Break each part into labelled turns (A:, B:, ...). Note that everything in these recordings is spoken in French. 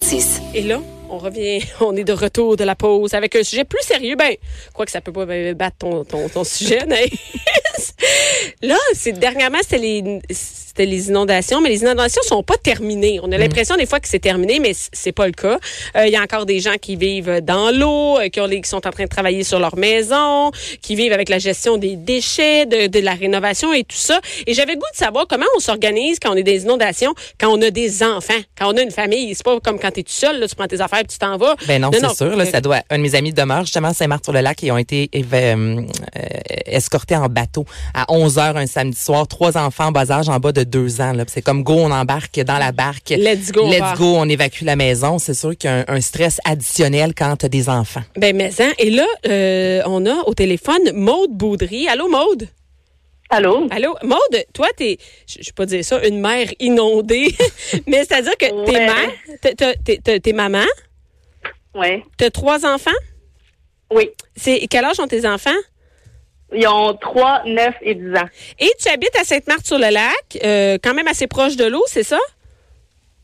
A: 106.
B: Et là, on revient, on est de retour de la pause avec un sujet plus sérieux. Ben, quoi que ça peut pas ben, battre ton, ton, ton sujet, mais là, c'est dernièrement, c'était les, c'était les inondations, mais les inondations sont pas terminées. On a
C: Mm.
B: l'impression des fois que c'est terminé, mais c- c'est pas le cas. Euh, Il y a encore des gens qui vivent dans l'eau, euh, qui, ont les- qui sont en train de travailler sur leur maison, qui vivent avec la gestion des déchets, de, de la rénovation et tout ça. Et j'avais le goût de savoir comment on s'organise quand on est des inondations, quand on a des enfants, quand on a une famille. C'est pas comme quand t'es tout seul, là, tu prends tes affaires puis tu t'en vas.
C: Ben non,
B: Non,
C: c'est
B: non.
C: sûr. Là, ça doit. Un de mes amis demeure justement à Saint-Martin-sur-le-Lac et ont été éve- euh, euh, escortés en bateau à 11 h un samedi soir. Trois enfants en bas âge, en bas de deux ans. Là. Puis C'est comme go, on embarque dans la barque.
B: Let's go, on part.
C: Let's go, on évacue la maison. C'est sûr qu'il y a un, un stress additionnel quand t'as des enfants.
B: Ben, mais hein, et là, euh, on a au téléphone Maude Boudry. Allô, Maude?
D: Allô?
B: Allô, Maude, toi, t'es, je je vais pas dire ça, une mère inondée, mais c'est-à-dire que t'es
D: Ouais.
B: mère, t'es- t'es- t'es- t'es t'es maman,
D: Ouais.
B: t'as trois enfants.
D: Oui.
B: C'est quel âge ont tes enfants?
D: Ils ont 3, 9 et 10 ans.
B: Et tu habites à Sainte-Marthe-sur-le-Lac, euh, quand même assez proche de l'eau, c'est ça?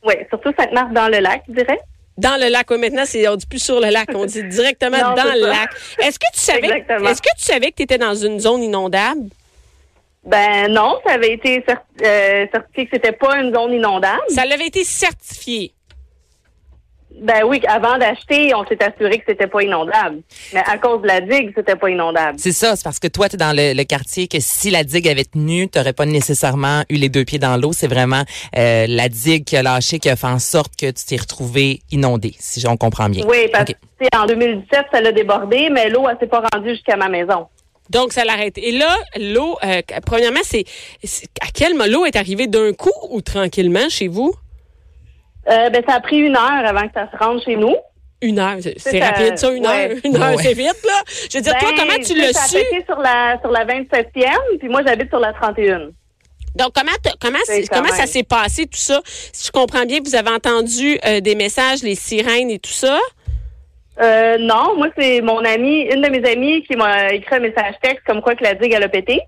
D: Oui, surtout Sainte-Marthe dans le lac, je dirais.
B: Dans le lac. Oui, maintenant, c'est, on dit plus sur le lac, on dit directement
D: Non,
B: dans
D: c'est
B: le
D: ça.
B: lac. Est-ce que tu savais,
D: Exactement.
B: est-ce que tu savais que t'étais dans une zone inondable?
D: Ben non, ça avait été cer- euh, certifié que c'était pas une zone inondable.
B: Ça l'avait été certifié.
D: Ben oui, avant d'acheter, on s'est assuré que c'était pas inondable. Mais à cause de la digue, c'était pas inondable.
C: C'est ça, c'est parce que toi, t'es dans le, le quartier que si la digue avait tenu, t'aurais pas nécessairement eu les deux pieds dans l'eau. C'est vraiment euh, la digue qui a lâché qui a fait en sorte que tu t'es retrouvé inondé, si on comprend bien.
D: Oui, parce
C: Ok.
D: que tu sais, en 2017, ça l'a débordé, mais l'eau, elle s'est pas rendue jusqu'à ma maison.
B: Donc, ça l'arrête. Et là, l'eau, euh, premièrement, c'est c'est- à quel moment l'eau est arrivée d'un coup ou tranquillement chez vous?
D: Euh, ben ça a pris une heure avant que ça se rende chez nous.
B: Une heure. C'est- C'est
D: ça,
B: rapide, ça, une
D: ouais.
B: heure. Une heure,
C: Ouais.
B: c'est vite, là. Je veux dire, toi,
D: Ben,
B: comment tu
D: sais,
B: l'as
D: ça a
B: su?
D: pété sur la sur la 27e, puis moi j'habite sur la 31.
B: Donc, comment, t'as- comment,
D: C'est
B: c'est- comment
D: Ben, quand
B: ça
D: même.
B: s'est passé, tout ça? Si je comprends bien, vous avez entendu euh, des messages, les sirènes et tout ça.
D: Euh, non, moi, c'est mon amie, une de mes amies qui m'a écrit un message texte comme quoi que la digue, elle a pété.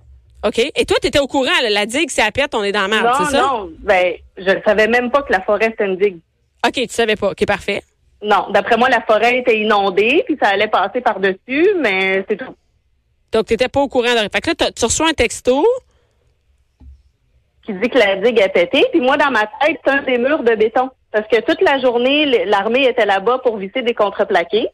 B: OK. Et toi, tu étais au courant, là, la digue, c'est à pète, on est dans la merde,
D: non,
B: Ah, c'est ça?
D: non, ben, je ne savais même pas que la forêt, c'était une digue.
B: OK, tu savais pas. OK, parfait.
D: Non, d'après moi, la forêt était inondée, puis ça allait passer par-dessus, mais c'est tout.
B: Donc, tu pas au courant. De... Fait que là, t'as- tu reçois un texto.
D: Qui dit que la digue a pété, puis moi, dans ma tête, c'est un des murs de béton. Parce que toute la journée, l- l'armée était là-bas pour visser des contreplaqués.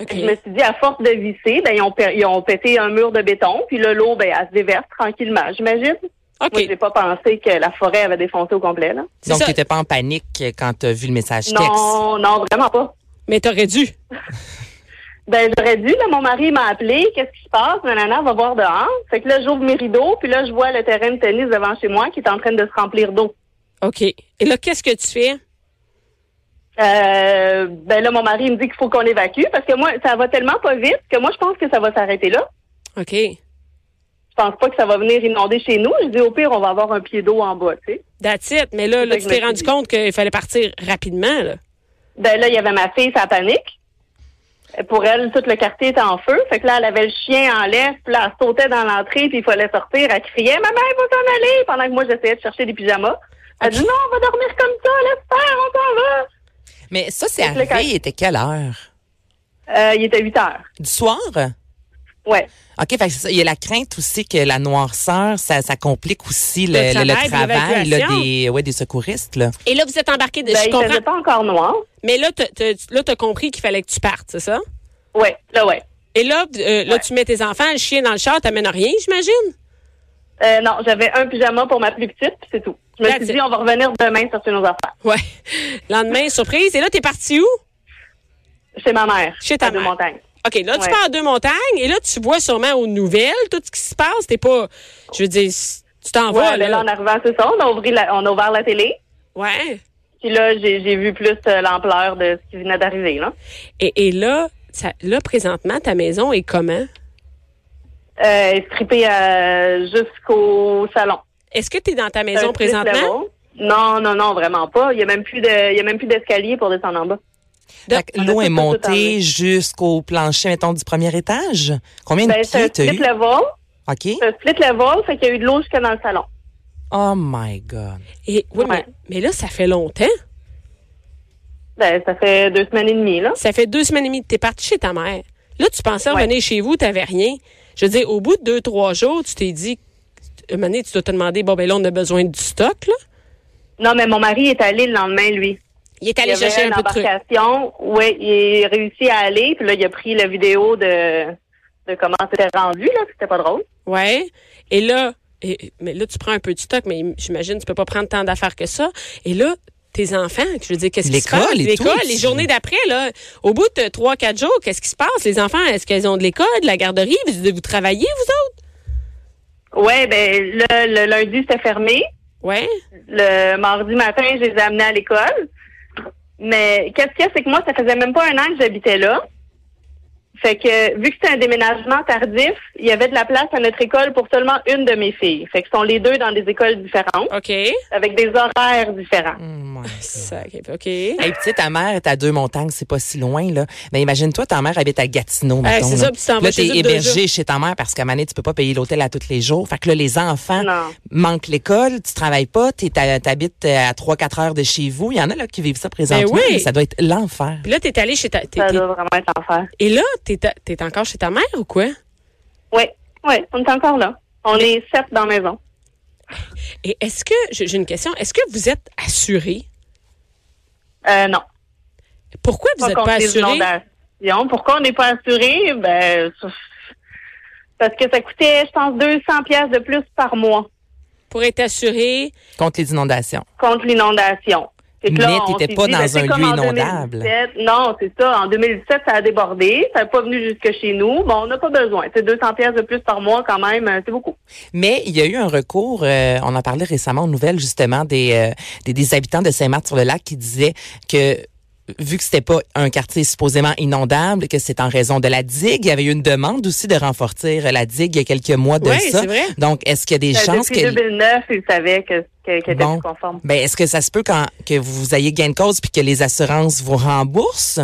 B: OK.
D: Je me suis dit, à force de visser, ben, ils ont, pe- ils ont pété un mur de béton, puis le l'eau, ben, elle se déverse tranquillement, j'imagine.
B: OK.
D: Moi, j'ai pas pensé que la forêt avait défoncé au complet, là.
B: c'est
C: Donc,
B: ça.
C: tu n'étais pas en panique quand tu as vu le message texte.
D: Non, non, vraiment pas.
B: Mais t'aurais dû.
D: Ben, j'aurais dû, là, mon mari m'a appelé, qu'est-ce qui se passe? Nanana, va voir dehors. Fait que là, j'ouvre mes rideaux, puis là, je vois le terrain de tennis devant chez moi qui est en train de se remplir d'eau.
B: OK. Et là, qu'est-ce que tu fais?
D: Euh, ben là, mon mari me dit qu'il faut qu'on évacue parce que moi, ça va tellement pas vite que moi, je pense que ça va s'arrêter là.
B: OK.
D: Je pense pas que ça va venir inonder chez nous. Je dis, au pire, on va avoir un pied d'eau en bas, tu sais.
B: That's it. Mais là, là
D: ça que
B: tu
D: Ben, je
B: t'es
D: me
B: rendu
D: suis dit.
B: compte qu'il fallait partir rapidement. Là.
D: Ben là, il y avait ma fille, ça panique. Pour elle, tout le quartier était en feu. Fait que là, elle avait le chien en laisse, puis là, elle sautait dans l'entrée, puis il fallait sortir. Elle criait, maman, il faut s'en aller, pendant que moi, j'essayais de chercher des pyjamas. Elle dit, non, on va dormir comme ça, laisse faire, on s'en va.
C: Mais ça, c'est
D: Donc, le
C: arrivé,
D: quand-
C: il était quelle heure?
D: Euh, il était 8 heures.
C: Du soir?
D: Ouais.
C: OK, fait que c'est ça. il y a la crainte aussi que la noirceur, ça, ça complique aussi le,
B: Le
C: le- le
B: travail,
C: travail là,
B: l'évacuation.
C: des, ouais, des secouristes. Là.
B: Et là, vous êtes embarqué. De...
D: Ben,
B: je
D: il
B: comprends.
D: faisait pas encore noir.
B: Mais là, t'as- t'as- là, tu as compris qu'il fallait que tu partes, c'est ça?
D: Ouais, là, ouais.
B: Et là, euh, là
D: Ouais.
B: tu mets tes enfants, le chien dans le char, t'amènes rien, j'imagine?
D: Euh, non, j'avais un pyjama pour ma plus petite, puis c'est tout. Je me
B: That's
D: suis
B: it.
D: dit, on va revenir demain chercher nos affaires.
B: Ouais. Lendemain, surprise. Et là, t'es parti où?
D: Chez ma mère.
B: Chez ta
D: à Deux
B: mère.
D: montagnes.
B: OK, là, tu
D: Ouais.
B: pars à deux montagnes et là, tu vois sûrement aux nouvelles tout ce qui se passe. T'es pas. Je veux dire, c- tu t'en
D: Ouais,
B: vas,
D: ben là,
B: là.
D: en arrivant, c'est ça. On a, ouvri la- on a ouvert la télé.
B: Ouais.
D: Puis là, j'ai j'ai vu plus euh, l'ampleur de ce qui venait d'arriver. Là.
B: Et, et là, ça, là, présentement, ta maison est comment?
D: Euh, strippé euh, jusqu'au salon.
B: Est-ce que tu es dans ta
D: Un
B: maison
D: split
B: présentement?
D: level. Non, non, non, vraiment pas. Il y a même plus de, il y a même plus d'escalier pour descendre en bas.
B: Donc,
C: Fait que
D: on a
C: l'eau
D: tout,
C: est
D: tout, tout
C: montée
D: enlevé.
C: jusqu'au plancher, mettons, du premier étage. Combien
D: Ben,
C: de
D: c'est un
C: pieds t'as
D: split
C: eu?
D: level.
C: OK.
D: C'est un split level, fait qu'il y a eu de l'eau jusque dans le salon.
C: Oh my God.
B: Et, oui,
D: Ouais.
B: mais, mais là, ça fait longtemps.
D: Ben, ça fait deux semaines et demie, là.
B: Ça fait deux semaines et demie que t'es parti chez ta mère. Là, tu pensais
D: Ouais.
B: revenir chez vous, t'avais rien. Je veux dire, au bout de deux, trois jours, tu t'es dit, une année, tu dois te demander, bon, ben là, on a besoin du stock, là.
D: Non, mais mon mari est allé le lendemain, lui.
B: Il est allé
D: il y avait
B: chercher
D: une
B: un peu de trucs.
D: embarcation. Oui, il a réussi à aller. Puis là, il a pris la vidéo de, de comment c'était rendu, là. puis C'était pas drôle.
B: Ouais. Et là, et- mais là, tu prends un peu de stock, mais j'imagine, tu peux pas prendre tant d'affaires que ça. Et là, tes enfants, je veux dire, qu'est-ce qui se
C: L'école
B: passe?
C: et tout,
B: L'école,
C: tu-
B: les journées d'après, là, au bout de trois, quatre jours, qu'est-ce qui se passe? Les enfants, est-ce qu'elles ont de l'école, de la garderie? Vous, vous travaillez, vous autres?
D: Ouais, ben, le, le lundi, c'était fermé.
B: Ouais.
D: Le mardi matin, je les ai amenés à l'école. Mais qu'est-ce qu'il y a, c'est que moi, ça faisait même pas un an que j'habitais là. Fait que, vu que c'était un déménagement tardif, il y avait de la place à notre école pour seulement une de mes filles. Fait que sont les deux dans des écoles différentes,
B: OK.
D: avec des horaires différents.
C: Hum, ouais,
B: Ça,
C: ça.
B: OK. OK. Hey,
C: Hey, puis tu sais, ta mère est à deux montagnes, c'est pas si loin, là. Mais imagine-toi, ta mère habite à Gatineau, mettons,
B: c'est
C: là.
B: ça, puis tu t'en
C: Là,
B: vas chez
C: t'es
B: eux deux
C: hébergé chez ta mère parce qu'à Mané, tu peux pas payer l'hôtel à tous les jours. Fait que là, les
B: Ah.
C: enfants
D: Non.
C: manquent l'école, tu travailles pas, t'es à- t'habites euh, à 3-4 heures de chez vous. Il y en a là qui vivent ça présentement,
B: Ben oui.
C: mais ça doit être l'enfer.
B: Puis là, t'es allé chez ta. t'es-
D: Ça
B: t'es-
D: doit vraiment être l'enfer.
B: et là, t'es, ta- t'es encore chez ta mère ou quoi?
D: Oui, oui, on est encore là. On est sept dans la maison.
B: Et est-ce que, j'ai j'ai une question, est-ce que vous êtes assuré?
D: Euh, non.
B: Pourquoi vous
D: Pas
B: n'êtes pas
D: contre les
B: assuré?
D: inondations. Pourquoi on n'est pas assuré? Ben, ça- parce que ça coûtait, je pense, 200 pièces de plus par mois
B: Pour être assuré,
C: Contre les inondations.
D: contre l'inondation. Fait que
C: Mais
D: on
C: t'étais
D: s'est
C: pas dans
D: ben, c'est
C: un
D: comme
C: lieu
D: en
C: inondable.
D: 2017. Non, c'est ça. En 2017, ça a débordé. Ça n'est pas venu jusque chez nous. Bon, on n'a pas besoin. C'est 200 pièces de plus par mois quand même. euh, C'est beaucoup.
C: Mais il y a eu un recours, euh, on en parlait récemment aux nouvelles justement des, euh, des, des habitants de Saint-Marthe-sur-le-Lac qui disaient que vu que c'était pas un quartier supposément inondable, que c'est en raison de la digue, il y avait eu une demande aussi de renforcer la digue il y a quelques mois de
B: Ouais,
C: ça.
B: c'est vrai.
C: Donc est-ce qu'il y a des
D: Ben,
C: chances
D: Depuis
C: que
D: 2009, ils savaient que, que, qu'elle était
C: Bon.
D: plus conforme.
C: ben est-ce que ça se peut quand que vous ayez gain de cause puis que les assurances vous remboursent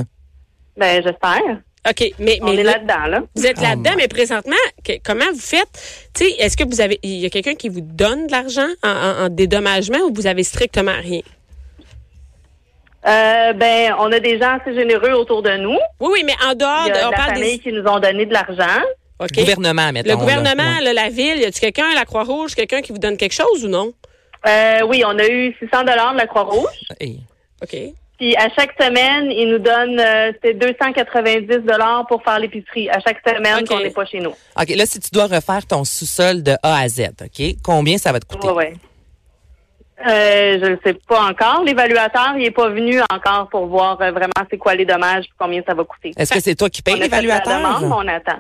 D: Ben, j'espère.
B: OK, mais,
D: On
B: mais
D: est
B: là-
D: là-dedans, là.
B: vous êtes
C: Oh
B: là-dedans,
C: my.
B: mais présentement, que- comment vous faites? Tu sais, est-ce que vous avez, il y a quelqu'un qui vous donne de l'argent en, en- en dédommagement ou vous avez strictement rien?
D: Euh, ben, on a des gens assez généreux autour de nous.
B: Oui, oui, mais en
C: Ah,
B: dehors,
D: Il y
B: de,
D: a
B: on
D: de la
B: parle
D: famille
B: des.
D: qui nous ont donné de l'argent.
B: OK.
C: Gouvernement mettons.
B: Le
C: là.
B: gouvernement,
C: Ouais.
B: là, la ville, y a-tu quelqu'un, la Croix-Rouge, quelqu'un qui vous donne quelque chose ou non?
D: Euh, oui, on a eu 600 dollars de la Croix-Rouge.
C: Et-
B: OK.
D: Puis à chaque semaine, ils nous donnent euh, c'était 290 dollars pour faire l'épicerie à chaque semaine
B: Ok.
D: qu'on n'est pas chez nous.
C: OK, là si tu dois refaire ton sous-sol de A à Z, OK, combien ça va te coûter
D: Ouais, ouais. Euh, je ne sais pas encore. L'évaluateur, il est pas venu encore pour voir euh, vraiment c'est quoi les dommages, puis combien ça va coûter.
C: Est-ce que c'est toi qui paye
D: On a fait la
C: l'évaluateur
D: demande, on attend.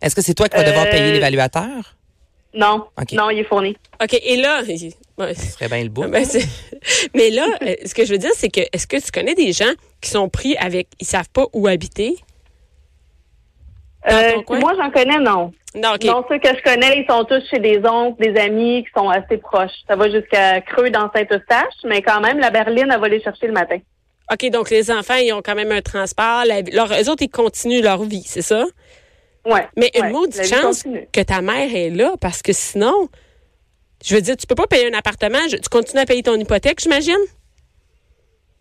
C: Est-ce que c'est toi qui vas devoir
D: Euh,
C: payer l'évaluateur?
D: Non,
C: Ok.
D: non, il est fourni.
B: OK. Et là, il- ouais,
C: Ce serait bien le bout.
B: Ben, c'est- mais là, euh, ce que je veux dire, c'est que est-ce que tu connais des gens qui sont pris avec, ils savent pas où habiter? Dans
D: Euh,
B: ton coin?
D: moi, j'en connais, non.
B: Non, Ah, OK.
D: Non, ceux que je connais, ils sont tous chez des oncles, des amis qui sont assez proches. Ça va jusqu'à Creux dans Saint-Eustache, mais quand même, la berline, elle va les chercher le matin.
B: OK, donc les enfants, ils ont quand même un transport. La, leur, eux autres, ils continuent leur vie, c'est ça?
D: Ouais.
B: Mais
D: ouais,
B: une maudite
D: la vie
B: chance
D: continue.
B: que ta mère est là, parce que sinon, je veux dire, tu peux pas payer un appartement, je- tu continues à payer ton hypothèque, j'imagine?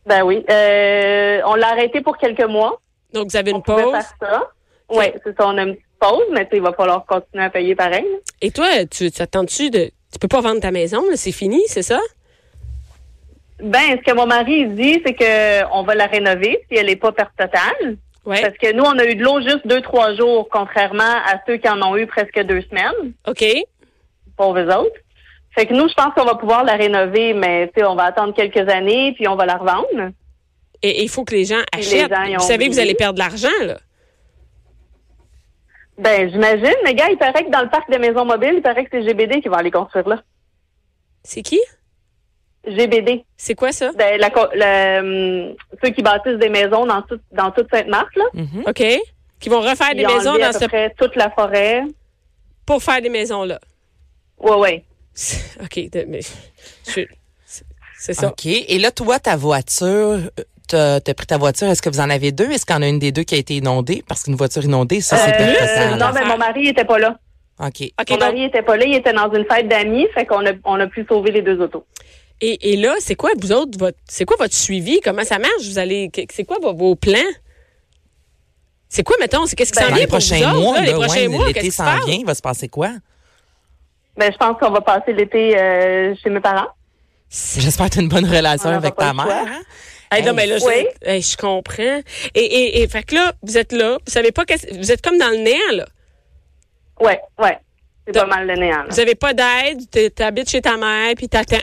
D: Ben oui. Euh, on l'a arrêté pour quelques mois.
B: Donc, vous avez une
D: On pouvait
B: pause.
D: faire ça. Ouais, c'est ça. On a une petite pause, mais tu sais, il va falloir continuer à payer pareil.
B: Et toi, tu tu attends-tu de. Tu peux pas vendre ta maison, là, c'est fini, c'est ça?
D: Ben, ce que mon mari il dit, c'est que on va la rénover si elle n'est pas perte totale.
B: Ouais.
D: Parce que nous, on a eu de l'eau juste deux, trois jours, contrairement à ceux qui en ont eu presque deux semaines.
B: OK.
D: pauvres autres. Fait que nous, je pense qu'on va pouvoir la rénover, mais tu sais, on va attendre quelques années, puis on va la revendre.
B: Et il faut que les gens
D: les
B: achètent.
D: gens, ils
B: vous
D: ont
B: savez que vous
D: oublié.
B: allez perdre de l'argent, là.
D: Ben, j'imagine, mais gars, il paraît que dans le parc des maisons mobiles, il paraît que c'est GBD qui va aller construire là.
B: C'est qui?
D: GBD.
B: C'est quoi ça?
D: Ben, la, co- la, hum, ceux qui bâtissent des maisons dans, tout, dans toute Sainte-Marthe, là.
C: Mhm.
B: OK. Qui vont refaire Ah, des
D: Ils ont
B: maisons
D: enlevé
B: dans
D: à peu
B: ce...
D: près toute la forêt.
B: pour faire des maisons là.
D: Ouais, ouais.
B: OK, de- mais je- c'est- c'est ça.
C: OK. Et là, toi, ta voiture, euh, t'as as pris ta voiture, est-ce que vous en avez deux? Est-ce qu'il y en a une des deux qui a été inondée? Parce qu'une voiture inondée, ça, c'est
D: Euh,
C: perte totale.
D: non, mais mon mari, il était pas là.
C: OK.
B: OK,
D: mon
B: donc
D: mari, il était pas là. Il était dans une fête d'amis, fait qu'on a, on a pu sauver les deux autos.
B: Et, et là, c'est quoi, vous autres, votre, c'est quoi votre suivi? Comment ça marche? Vous allez, que- c'est quoi vos, vos plans? C'est quoi, mettons? C'est qu'est-ce qui
D: Ben,
B: s'en
C: Dans
B: vient
C: les
B: pour vous
C: prochains
B: autres,
C: mois,
B: là, les
C: là,
B: prochains
C: ouais,
B: mois, qu'est-ce
C: l'été
B: qui se passe?
C: s'en vient, il va se passer quoi?
D: Ben, je pense qu'on va passer l'été euh, chez mes parents.
C: J'espère que tu as une bonne relation
D: On en
C: avec ta
D: va pas
C: mère.
D: le choix.
C: hein?
B: Hey, non, mais là, je-
D: Oui.
B: hey, je comprends. Et, et, et, fait que là, vous êtes là, vous savez pas qu'est-ce- vous êtes comme dans le néant, là.
D: Ouais, ouais. C'est
B: Donc,
D: pas mal le néant. là.
B: Vous avez pas d'aide, t'es- t'habites chez ta mère, puis t'attends.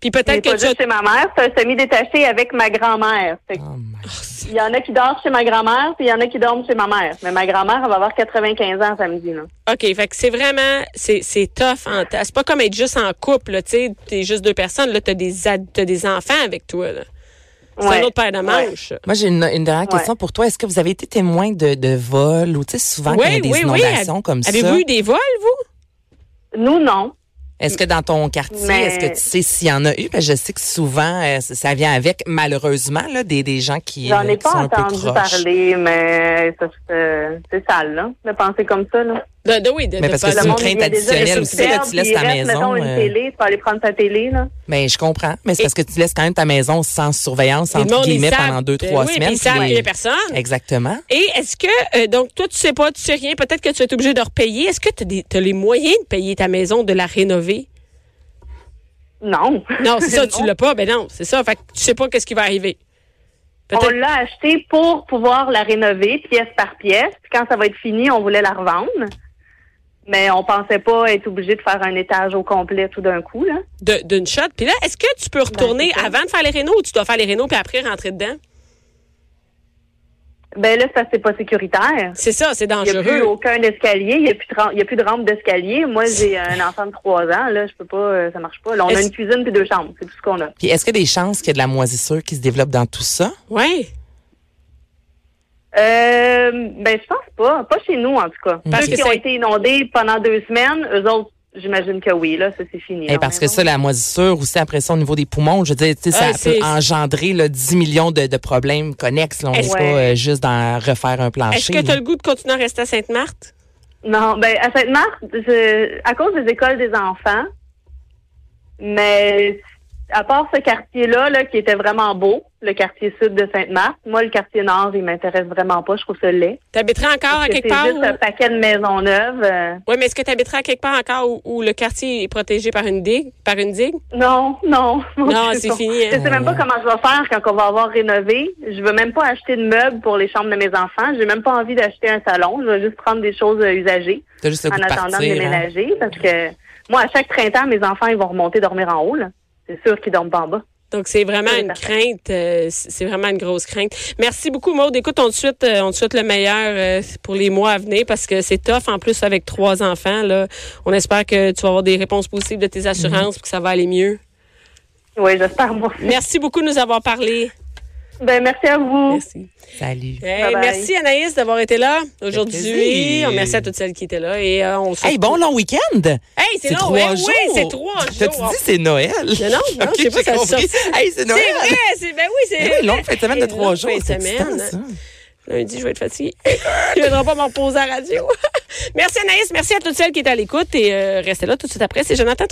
B: Puis
D: C'est
B: peut-être que
D: pas
B: tu
D: juste chez ma mère, c'est un semi-détaché avec ma grand-mère. Fait que
C: Oh my
D: Il y en a qui dorment chez ma grand-mère, puis il y en a qui dorment chez ma mère. Mais ma grand-mère, elle va avoir 95 ans samedi. Là.
B: OK, fait que c'est vraiment, c'est, c'est tough. En ta- c'est pas comme être juste en couple, là, tu sais, t'es juste deux personnes, là, t'as des, ad- t'as des enfants avec toi, là. C'est
D: Ouais.
B: un autre paire de manches. ça.
C: Moi, j'ai une, une dernière
D: Ouais.
C: question pour toi. Est-ce que vous avez été témoin de, de vols ou, tu sais, souvent quand il y a des inondations
B: Hab-
C: comme ça?
B: Avez-vous eu des vols, vous?
D: Ouais. Nous, non.
C: Est-ce que dans ton quartier,
D: Mais-
C: est-ce que tu sais s'il y en a eu? Parce que je sais que souvent, euh, ça- ça vient avec, malheureusement, là, des, des gens qui,
D: J'en
C: euh,
D: ai
C: qui
D: pas
C: sont un peu
D: entendu
C: croches.
D: parler, mais ça, c'est c'est sale, là, de penser comme ça. Là.
B: De, de- oui, de,
C: Mais
B: de
C: parce que
B: pas-
C: c'est
B: de-
C: une
D: monde,
C: crainte
D: il vient déjà
C: additionnelle
D: de
C: aussi, là,
D: superbe,
C: tu laisses
D: puis il
C: ta
D: reste,
C: maison,
D: mettons, une
C: euh,
D: télé, tu vas aller prendre ta télé, là.
C: Mais Ben, je comprends. Mais c'est
B: Et-
C: parce que tu laisses quand même ta maison sans surveillance,
B: Puis le
C: entre
B: monde, ils
C: guillemets,
B: savent-
C: pendant deux,
B: Ben
C: trois
B: oui,
C: semaines.
B: puis ils savent
C: puis-
B: qu'il y a personne.
C: Exactement.
B: Et est-ce que, euh, donc, toi, tu sais pas, tu sais rien, peut-être que tu es obligé de repayer. Est-ce que tu as, les moyens de payer ta maison, de la rénover?
D: Non.
B: Non, c'est ça, tu l'as pas. Ben non, c'est ça. Fait que tu sais pas qu'est-ce qui va arriver.
D: On
B: Peut-être.
D: l'a acheté pour pouvoir la rénover pièce par pièce. Puis quand ça va être fini, on voulait la revendre. Mais on pensait pas être obligé de faire un étage au complet tout d'un coup, là.
B: de- d'une shot. Puis là, est-ce que tu peux retourner
D: Ben, c'est ça.
B: avant de faire les rénaux ou tu dois faire les rénaux puis après rentrer dedans?
D: Ben là, c'est parce que c'est pas sécuritaire.
B: C'est ça, c'est
D: Il n'y a plus
B: dangereux.
D: aucun escalier, il n'y a, plus de ram- il y a plus de rampe d'escalier. Moi, j'ai un enfant de 3 ans, là, je peux pas, euh, ça marche pas. Là, on a
B: Est-ce-
D: une cuisine puis deux chambres, c'est tout ce qu'on a.
C: Puis est-ce qu'il y a des chances qu'il y ait de la moisissure qui se développe dans tout ça?
B: Oui.
D: Euh, ben, je pense pas. Pas chez nous, en tout cas.
C: Mm.
B: Parce
D: Ceux
B: que
D: qui ont
B: c'est-
D: été inondés pendant deux semaines, eux autres, j'imagine que oui, là, ça, c'est fini.
C: Eh,
D: là,
C: parce
D: on
C: que
D: est
C: ça, la moisissure, aussi après ça, au niveau des poumons, je veux dire, tu sais, ça
B: Ah, c'est-
C: peut engendrer là, 10 millions de, de problèmes connexes. Là, on n'est
D: Est-ce-
C: pas euh, juste dans refaire un plancher.
B: Est-ce que tu as
C: là.
B: le goût de continuer à rester à Sainte-Marthe?
D: Non, ben à Sainte-Marthe, je- à cause des écoles des enfants, mais à part ce quartier-là, là, qui était vraiment beau, le quartier sud de Sainte-Marthe, moi, le quartier nord, il m'intéresse vraiment pas, je trouve ça laid.
B: Tu habiterais encore à
D: Parce que
B: quelque
D: c'est
B: part?
D: juste un paquet de maisons neuves. euh,
B: Oui, mais est-ce que tu habiterais à quelque part encore où, où le quartier est protégé par une digue? Par une digue?
D: Non, non.
B: Non, c'est fini.
D: Je
B: hein.
D: sais même pas comment je vais faire quand on va avoir rénové. Je veux même pas acheter de meubles pour les chambres de mes enfants. J'ai même pas envie d'acheter un salon. Je vais juste prendre des choses euh, usagées
C: T'as juste le
D: en
C: goût de
D: attendant
C: partir,
D: de
C: hein?
D: déménager parce que moi, à chaque printemps, mes enfants, ils vont remonter dormir en haut. là. C'est sûr qu'ils dorment pas en bas.
B: Donc, c'est vraiment
D: C'est
B: une
D: parfait.
B: crainte. euh, c'est c'est vraiment une grosse crainte. Merci beaucoup, Maude. Écoute, on te souhaite, euh, on te souhaite le meilleur euh, pour les mois à venir parce que c'est tough. En plus, avec trois enfants, là, on espère que tu vas avoir des réponses possibles de tes assurances pour que ça va aller mieux.
D: Oui, j'espère moi. aussi.
B: Merci beaucoup de nous avoir parlé.
D: Ben, merci à vous.
B: Merci.
C: Salut.
B: Hey,
D: Bye bye.
B: Merci, Anaïs, d'avoir été là aujourd'hui.
C: plaisir.
B: On merci à toutes celles qui étaient là. Et, euh, on se-
C: Hey, bon long week-end!
B: Hey, c'est
C: C'est
B: long,
C: trois
B: ouais,
C: jours!
B: ouais, c'est trois
C: T'as-tu
B: jours.
C: dit c'est Noël?
B: Non, non, non,
C: Ok,
B: je sais pas,
C: j'ai
B: ça a
C: compris.
B: sorti.
C: Hey, c'est
B: C'est
C: Noël!
B: vrai, c'est ben oui, c'est
C: Eh oui, longue fin de semaine de
B: Une
C: trois
B: longue
C: jours,
B: fin de
C: c'est
B: semaine.
C: excitant, ça.
B: Lundi, je vais être fatiguée. je ne viendrai pas m'en reposer à la radio. merci Anaïs, merci à toutes celles qui étaient à l'écoute et euh, restez là tout de suite après. C'est Jonathan.